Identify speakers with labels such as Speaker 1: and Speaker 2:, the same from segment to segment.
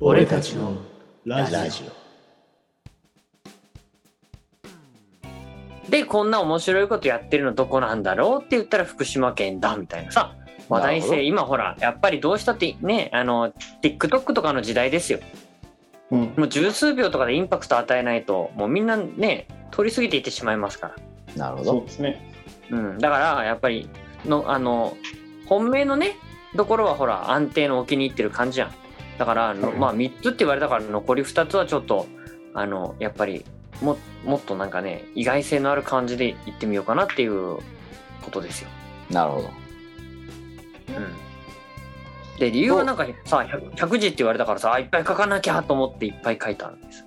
Speaker 1: 俺たちのラジオ
Speaker 2: でこんな面白いことやってるのどこなんだろうって言ったら福島県だみたいなさ話題
Speaker 1: なる
Speaker 2: 性
Speaker 1: ほ
Speaker 2: 今ほらやっぱりどうしたってねあの TikTok とかの時代ですよ
Speaker 1: うん
Speaker 2: もう十数秒とかでインパクト与えないともうみんなね通り過ぎていってしまいますか
Speaker 1: なるほ
Speaker 3: そう
Speaker 1: ど
Speaker 3: ですね。
Speaker 2: ら、うん、だからやっぱりのあの本命のねところはほら安定のお気に入ってる感じやんだから、の
Speaker 3: はい
Speaker 2: まあ3つって言われたから残り2つはちょっとあのやっぱりももっとなんかね意外性のある感じでいってみようかなっていうことですよ。
Speaker 1: なるほど
Speaker 2: うん、で理由はなんかさ 100, 100字って言われたからさあいっぱい書かなきゃと思っていっぱい書いたんです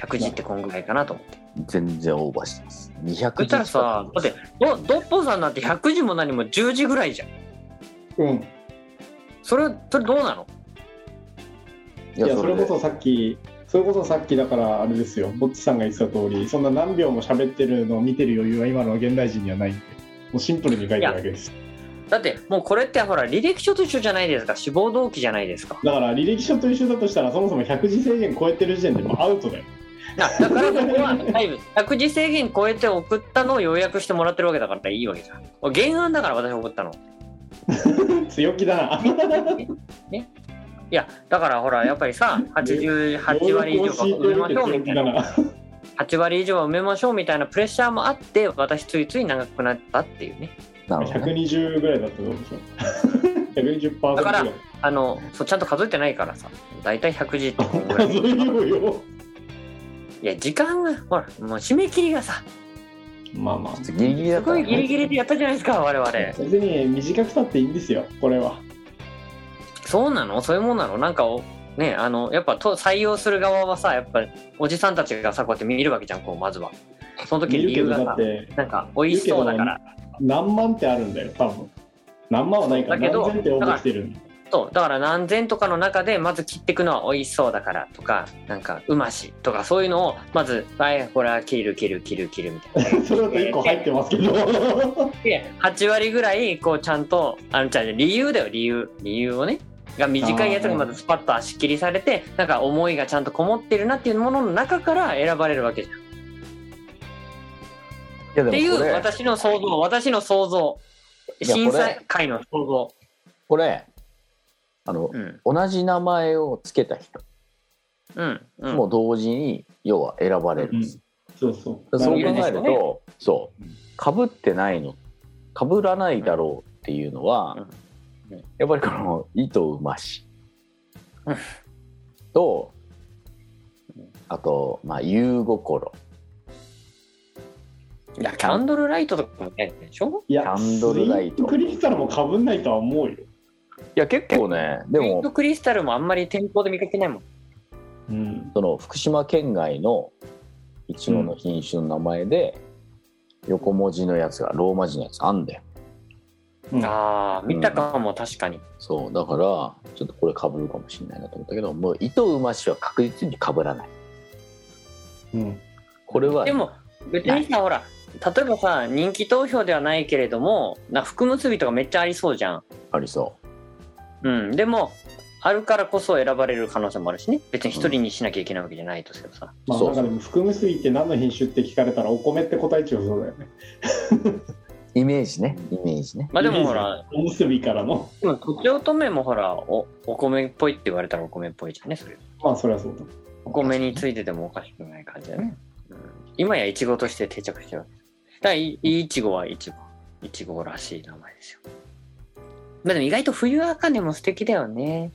Speaker 2: 100字ってこんぐらいかなと思って
Speaker 1: 全然オーバーしてます200
Speaker 2: そ
Speaker 1: 字
Speaker 2: したらさだってどドッポさんなんて100字も何も10字ぐらいじゃん
Speaker 3: うん。
Speaker 2: それそれどうなの
Speaker 1: い
Speaker 3: いや、それこ
Speaker 1: で
Speaker 3: そさっき、それこそさっきだから、あれですよ、ぼっちさんが言ってた通り、そんな何秒も喋ってるのを見てる余裕は今の現代人にはないんで、もうシンプルに書いてるだけです。
Speaker 2: だってもうこれってほら履歴書と一緒じゃないですか志望動機じゃないですか
Speaker 3: だから、履歴書と一緒だとしたら、そもそも100字制限超えてる時点でもうアウトだよ。
Speaker 2: なだから僕ははい100字制限超えて送ったのを要約してもらってるわけだからいいわけじゃん原案だから私送ったの
Speaker 3: 強気だな。
Speaker 2: ね、いやだからほらやっぱりさ88割以上は埋めましょう
Speaker 3: 強
Speaker 2: みた
Speaker 3: 気
Speaker 2: い
Speaker 3: だ
Speaker 2: な
Speaker 3: な。
Speaker 2: 8割以上は埋めましょうみたいなプレッシャーもあって私ついつい長くなったっていうね
Speaker 1: なるほどね
Speaker 3: 120ぐらいだったらどうでしょう。120%
Speaker 2: だ
Speaker 3: ぐ
Speaker 2: からら
Speaker 3: い。
Speaker 2: あのそうちゃんと数えてないからさ大体100字ってこんぐら
Speaker 3: 数
Speaker 2: い
Speaker 3: えようよ。
Speaker 2: いや時間がほらもう締め切りがさ
Speaker 3: まあまあ
Speaker 1: ちょっ。とギリギリだ
Speaker 2: す
Speaker 1: った
Speaker 2: ご
Speaker 1: ら
Speaker 2: いギリギリでやったじゃないですか我々
Speaker 3: 別に短くたっていいんですよ、これは。
Speaker 2: そうなのそういうもんなのなんかおねあのやっぱと採用する側はさやっぱおじさんたちがさこうやって見るわけじゃんこうまずはその時
Speaker 3: 見る
Speaker 2: 理
Speaker 3: け
Speaker 2: 由
Speaker 3: ど
Speaker 2: が
Speaker 3: だ
Speaker 2: さ
Speaker 3: って
Speaker 2: なんか美味しそうだから
Speaker 3: 何万ってあるんだよ、多分。何万はないから
Speaker 2: だけど
Speaker 3: 何千って応募してるんだよ
Speaker 2: そうだから何千とかの中でまず切っていくのは美味しそうだからとかなんかうましとかそういうのをまず「はいほら切る切る切る切る」みたいな
Speaker 3: それだと1個入ってますけど。
Speaker 2: で8割ぐらいこうちゃんとあのじゃあ理由だよ理由理由をねが短いやつがまずスパッと足切りされてなんか思いがちゃんとこもってるなっていうものの中から選ばれるわけじゃんっ
Speaker 1: いや
Speaker 2: て
Speaker 1: で
Speaker 2: い
Speaker 1: もこ
Speaker 2: う
Speaker 1: れ
Speaker 2: 私の想像私の想像
Speaker 1: いやこれ
Speaker 2: 審査会の想像
Speaker 1: これあの
Speaker 2: うん
Speaker 1: 同じ名前をつけた人
Speaker 2: うんうん
Speaker 1: も同時に要は選ばれるんです
Speaker 3: そうそう。
Speaker 1: そう考
Speaker 2: いう
Speaker 1: え
Speaker 2: です
Speaker 1: る
Speaker 2: よね
Speaker 1: と、そう、かぶってないの、かぶらないだろうっていうのは、
Speaker 2: うんうん
Speaker 1: やっぱりこの糸馬し
Speaker 2: うん
Speaker 1: と、あと、まあ、遊心、
Speaker 2: いやキャンドルライトとかもないでしょ
Speaker 3: いや
Speaker 1: キャンドルライト
Speaker 3: スイートクリスタルもかぶんないとは思うよ。
Speaker 1: いや、結構ね、で
Speaker 2: スイート
Speaker 1: も、
Speaker 2: クリスタルもあんまり店頭で見かけないもん。
Speaker 3: うん。
Speaker 1: その福島県外のイチゴの品種の名前で、横文字のやつが、ローマ字のやつあんだよ。
Speaker 3: うん
Speaker 2: ああ、見たかも、確かに。
Speaker 1: そう、だから、ちょっとこれかぶるかもしれないなと思ったけど、もう糸馬しは確実にかぶらない。
Speaker 3: うん
Speaker 1: これは
Speaker 2: でも、別にさ、ほら、例えばさ、人気投票ではないけれども、な福結びとかめっちゃありそうじゃん。
Speaker 1: ありそう。
Speaker 2: うん、でも、あるからこそ選ばれる可能性もあるしね。別に一人にしなきゃいけないわけじゃないとすればさ。
Speaker 3: まあ
Speaker 1: そう
Speaker 3: なんかでも含むすぎって何の品種って聞かれたらお米って答えちゃうそうだよね。
Speaker 1: イメージね、イメージね。
Speaker 2: まあでもほら、
Speaker 3: おむすびからの。
Speaker 2: でも、とちおとめもほらお、お米っぽいって言われたらお米っぽいじゃんね、それ。
Speaker 3: まあそりゃそうだ。
Speaker 2: お米についててもおかしくない感じだね。うん、今やイチゴとして定着してるわけです。だからいいいちごはいちご。いちごらしい名前ですよ。まあでも意外と冬茜も素敵だよね。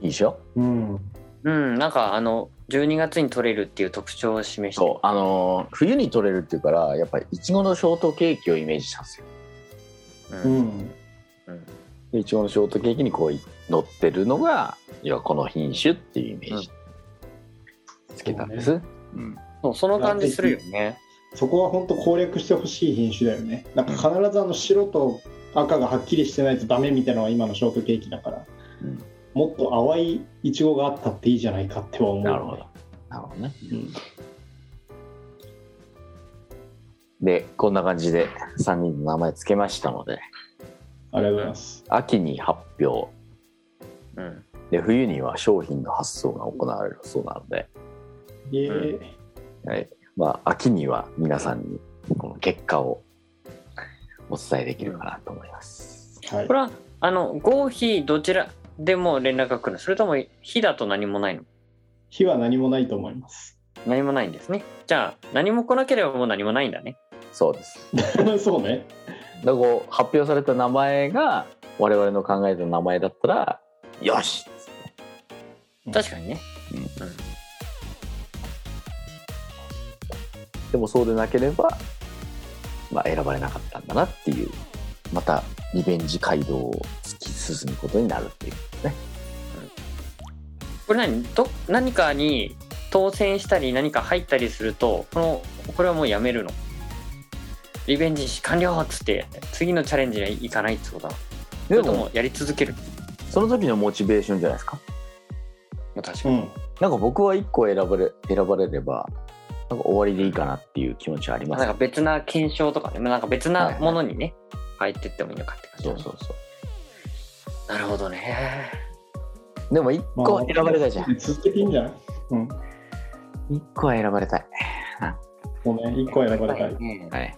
Speaker 1: いいでしょ
Speaker 3: うん。
Speaker 2: うん、なんかあの、12月に取れるっていう特徴を示してる
Speaker 1: そう、あのー冬に取れるっていうから、やっぱりいちごのショートケーキをイメージしたんですよ。
Speaker 2: う
Speaker 3: うんん。
Speaker 2: うん
Speaker 1: でいちごのショートケーキにこう乗ってるのが、要はこの品種っていうイメージ。つけたんです。うん。
Speaker 2: そうその感じするよね。
Speaker 3: そこは本当攻略してほしい品種だよね。なんか必ずあの白と赤がはっきりしてないとダメみたいなのが今のショートケーキだから、
Speaker 1: うん
Speaker 3: もっと淡いイチゴがあったっていいじゃないかっては思う。
Speaker 1: なるほど。なるほどね。
Speaker 3: うん
Speaker 1: で、こんな感じで3人の名前つけましたので、
Speaker 3: ありがとうございます。
Speaker 1: 秋に発表
Speaker 2: うん。
Speaker 1: で冬には商品の発送が行われるそうなので、
Speaker 3: え
Speaker 2: う
Speaker 3: え
Speaker 1: はいまあ、秋には皆さんにこの結果をお伝えできるかなと思います。
Speaker 3: はい
Speaker 2: これはあの合否どちらでも連絡が来るのそれとも非だと何もないの
Speaker 3: 日は何もないと思います。
Speaker 2: 何もないんですねじゃあ何も来なければもう何もないんだね
Speaker 1: そうです
Speaker 3: そうね。
Speaker 1: でこう発表された名前が我々の考えた名前だったら「よし!
Speaker 2: 確かにね」
Speaker 1: でもそうでなければ、まあ、選ばれなかったんだなっていうまたリベンジ街道を突き進むことになるっていう
Speaker 2: これ何ど何かに当選したり何か入ったりするとこのこれはもうやめるのリベンジし完了っつって次のチャレンジには行かないってことだそ
Speaker 1: で
Speaker 2: れと
Speaker 1: も
Speaker 2: もやり続けるも
Speaker 1: その時のモチベーションじゃないですか
Speaker 2: う確か
Speaker 3: う
Speaker 2: に、
Speaker 3: ん。
Speaker 1: なんか僕は1個選ばれ選ばれればなんか終わりでいいかなっていう気持ちはありま
Speaker 2: な
Speaker 1: す
Speaker 2: んか別な検証とかねなんか別なものにね入ってってもいいのかって感じ
Speaker 1: そ
Speaker 2: だ
Speaker 1: う
Speaker 2: ね
Speaker 1: そうそう
Speaker 2: なるほどね
Speaker 1: でも1個選ばれたいじゃん
Speaker 3: まあ続けていいんじゃないうん。
Speaker 1: 1個は選ばれたい
Speaker 3: もうね、一個選ばれたい。
Speaker 2: うん
Speaker 1: はい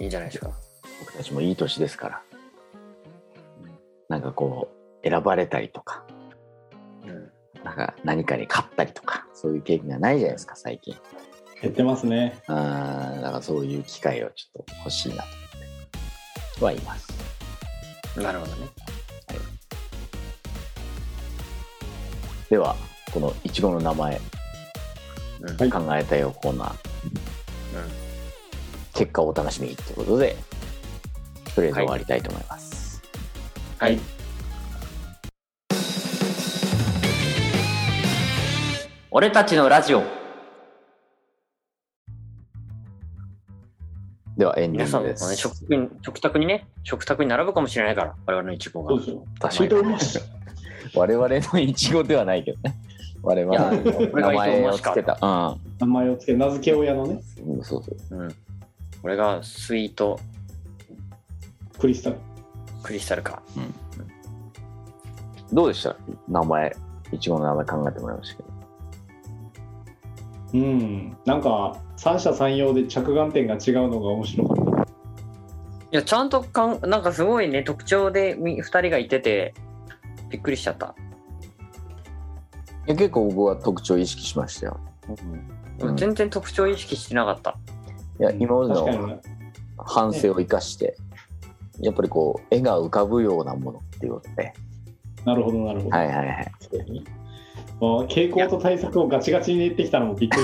Speaker 2: いいじゃないですか
Speaker 1: 僕たちもいい年ですからなんかこう選ばれたりとか
Speaker 2: うん
Speaker 1: なんか何かに勝ったりとかそういう経験がないじゃないですか最近
Speaker 3: 減ってますね。
Speaker 1: あーだからそういう機会をちょっと欲しいなと思ってはいます
Speaker 2: なるほどね
Speaker 1: ではこのいちごの名前
Speaker 2: うん
Speaker 3: はい
Speaker 1: 考えたよコーナー結果をお楽しみにということでとりあえず終わりたいと思います、
Speaker 2: はい俺たちのラジオ
Speaker 1: ではエンデ
Speaker 2: 皆
Speaker 1: ィ
Speaker 2: さ
Speaker 1: ン
Speaker 2: ん
Speaker 1: グ
Speaker 2: もね
Speaker 1: です
Speaker 2: 食卓に食卓にね食卓に並ぶかもしれないから我々のイチゴ
Speaker 3: どう
Speaker 2: が
Speaker 3: しよう。
Speaker 1: 確
Speaker 3: 聞いて
Speaker 1: か
Speaker 3: お
Speaker 1: に
Speaker 3: ります。
Speaker 1: 我々のいちごではないけどね我々
Speaker 2: いやこれ
Speaker 1: の名
Speaker 2: が
Speaker 1: 前を
Speaker 2: 一番
Speaker 1: つけたう
Speaker 3: 名前をつけ、名付け親のね、
Speaker 1: んうんそうそう
Speaker 2: うん俺がスイート
Speaker 3: クリスタル。
Speaker 2: クリスタルか
Speaker 1: どうでした名前いちごの名前考えてもらいましたけど
Speaker 3: うん。なんか、三者三様で着眼点が違うのが面白かった。
Speaker 2: いやちゃんとかんなんかすごいね特徴でみ二人がいててびっくりしちゃった、
Speaker 1: いや結構僕は特徴を意識しましたようん
Speaker 2: 全然特徴意識してなかった
Speaker 1: いや今まで
Speaker 3: 確か
Speaker 1: の
Speaker 3: にね
Speaker 1: 反省を生かして、やっぱりこう絵が浮かぶようなものっていうことで、
Speaker 3: なるほど、なるほど。
Speaker 1: はいはいはい
Speaker 3: そうですねあー傾向と対策をガチガチに言ってきたのもびっく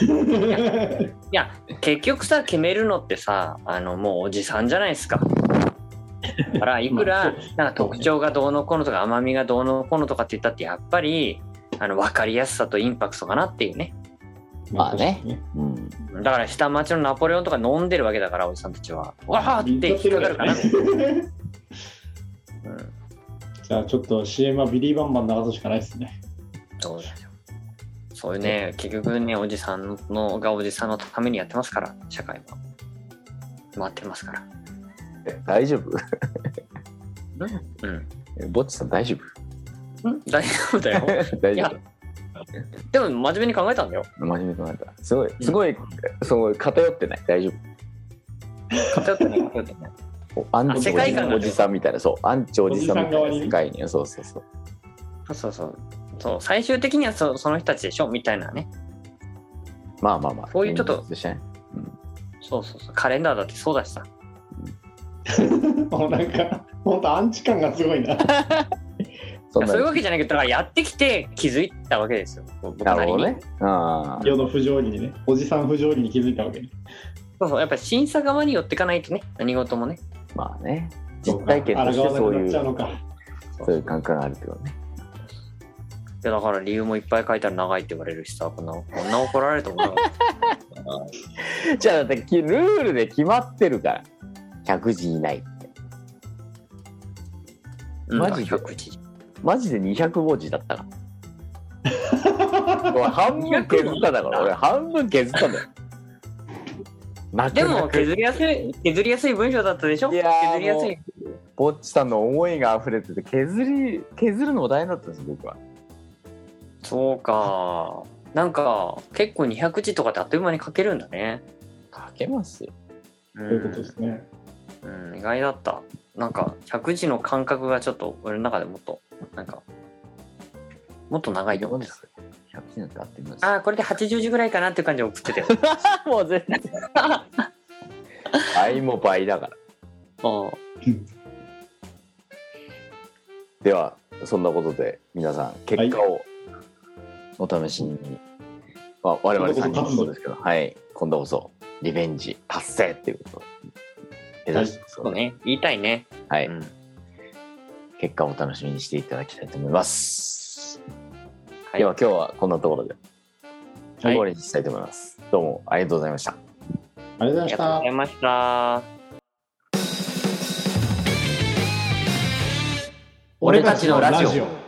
Speaker 3: りです。
Speaker 2: いや結局さ決めるのってさあのもうおじさんじゃない ですかだからいくらなんか特徴がどうのこうのとか甘みがどうのこうのとかって言ったってやっぱりあの分かりやすさとインパクトかなっていうね
Speaker 1: まあね
Speaker 3: 確かに。
Speaker 1: うん
Speaker 2: だから下町のナポレオンとか飲んでるわけだからおじさんたちはわあって
Speaker 3: 言
Speaker 2: 引
Speaker 3: っち
Speaker 2: っ
Speaker 3: ゃ
Speaker 2: か
Speaker 3: っ
Speaker 2: か
Speaker 3: て
Speaker 2: る
Speaker 3: る
Speaker 2: か
Speaker 3: か
Speaker 2: な
Speaker 3: ら
Speaker 2: み
Speaker 3: ね
Speaker 2: たいな、うん、
Speaker 3: じゃあちょっと CM はビリーバンバン流すしかないですね。
Speaker 2: そうですよそういうね結局ねおじさんのがおじさんのためにやってますから社会は回ってますから
Speaker 1: 大丈夫
Speaker 2: うん、
Speaker 1: ぼっちさん大丈
Speaker 2: 大丈夫だよ
Speaker 1: 夫 大
Speaker 2: い
Speaker 1: 丈
Speaker 2: や
Speaker 1: 夫
Speaker 2: でも真面目に考えたんだよ
Speaker 1: 真面目となったすごいすごい、すごい偏ってない大丈
Speaker 2: 偏ってない偏ってない
Speaker 1: 夫アンチ
Speaker 2: 世界観が
Speaker 1: おじさんみたいなそうアンチおじさんみたいな世界にそうそうそう
Speaker 2: そうそうそうそう最終的にはそその人たちでしょみたいなね
Speaker 1: まあまあまあ
Speaker 2: そういうちょっと
Speaker 1: 現実でしたね
Speaker 2: そうそうそうカレンダーだってそうだしさ
Speaker 3: もうなんか、本当アンチ感がすごいな。
Speaker 1: そ
Speaker 2: い
Speaker 1: んな
Speaker 2: やそういうわけじゃないけどだからやってきて気づいたわけですよ僕
Speaker 1: な
Speaker 2: な
Speaker 1: る
Speaker 2: り
Speaker 1: ほ
Speaker 2: に
Speaker 1: どねあ
Speaker 3: 世の不条理にね、おじさん不条理に気づいたわけね。
Speaker 2: そうそうやっぱり審査側に寄ってかないとね何事もね
Speaker 1: あまあね実体験とし
Speaker 3: 抗
Speaker 1: て
Speaker 3: わな
Speaker 1: そう
Speaker 3: く
Speaker 1: い
Speaker 3: なっ
Speaker 1: う
Speaker 3: ちゃうの
Speaker 1: そ
Speaker 3: か。
Speaker 2: そう
Speaker 1: いう感覚があるってことね
Speaker 2: いやだから理由もいっぱい書いたら長いって言われるしさこんなこんな怒られると思う
Speaker 1: じゃあだってきルールで決まってるから100字以内って マジで
Speaker 2: 100字
Speaker 1: マジで200文字だったから俺半分削っただから俺半分削ったんだよ
Speaker 2: でも削りやすい削りやすい文章だったでしょ
Speaker 1: いやー
Speaker 2: 削りやすい
Speaker 1: ぼっちさんの思いが溢れてて削り削るのも大変だったんです僕は
Speaker 2: そうか。なんか、結構200字とかってあっという間に書けるんだね。
Speaker 1: 書けますよ
Speaker 2: う
Speaker 3: ということですね。
Speaker 2: ん、意外だった。なんか、100字の感覚がちょっと、俺の中でもっと、なんか、もっと長いと思ってた。
Speaker 1: 100字なんてあってます
Speaker 2: ああ、これで80字ぐらいかなっていう感じで送 ってたよ。
Speaker 1: もう全然倍も倍だから
Speaker 2: あ
Speaker 1: ではそんなことで皆さん結果をお試しに、まあ、我々さんにもそうですけどはい今度こそリベンジ達成っていうことを目指してます
Speaker 2: そ
Speaker 1: の
Speaker 2: う
Speaker 1: で、
Speaker 2: ね。言いたいね。
Speaker 1: はい
Speaker 2: うん
Speaker 1: 結果をお楽しみにしていただきたいと思います、
Speaker 2: はい
Speaker 1: では今日はこんなところで
Speaker 3: はい
Speaker 1: 終わりにしたいと思います、どうもありがとうございました
Speaker 3: ありがとう
Speaker 2: あ
Speaker 3: ご
Speaker 2: り
Speaker 3: ざいまし
Speaker 2: がとうご
Speaker 3: た
Speaker 2: ざ。いました。
Speaker 3: 俺たちのラジオ。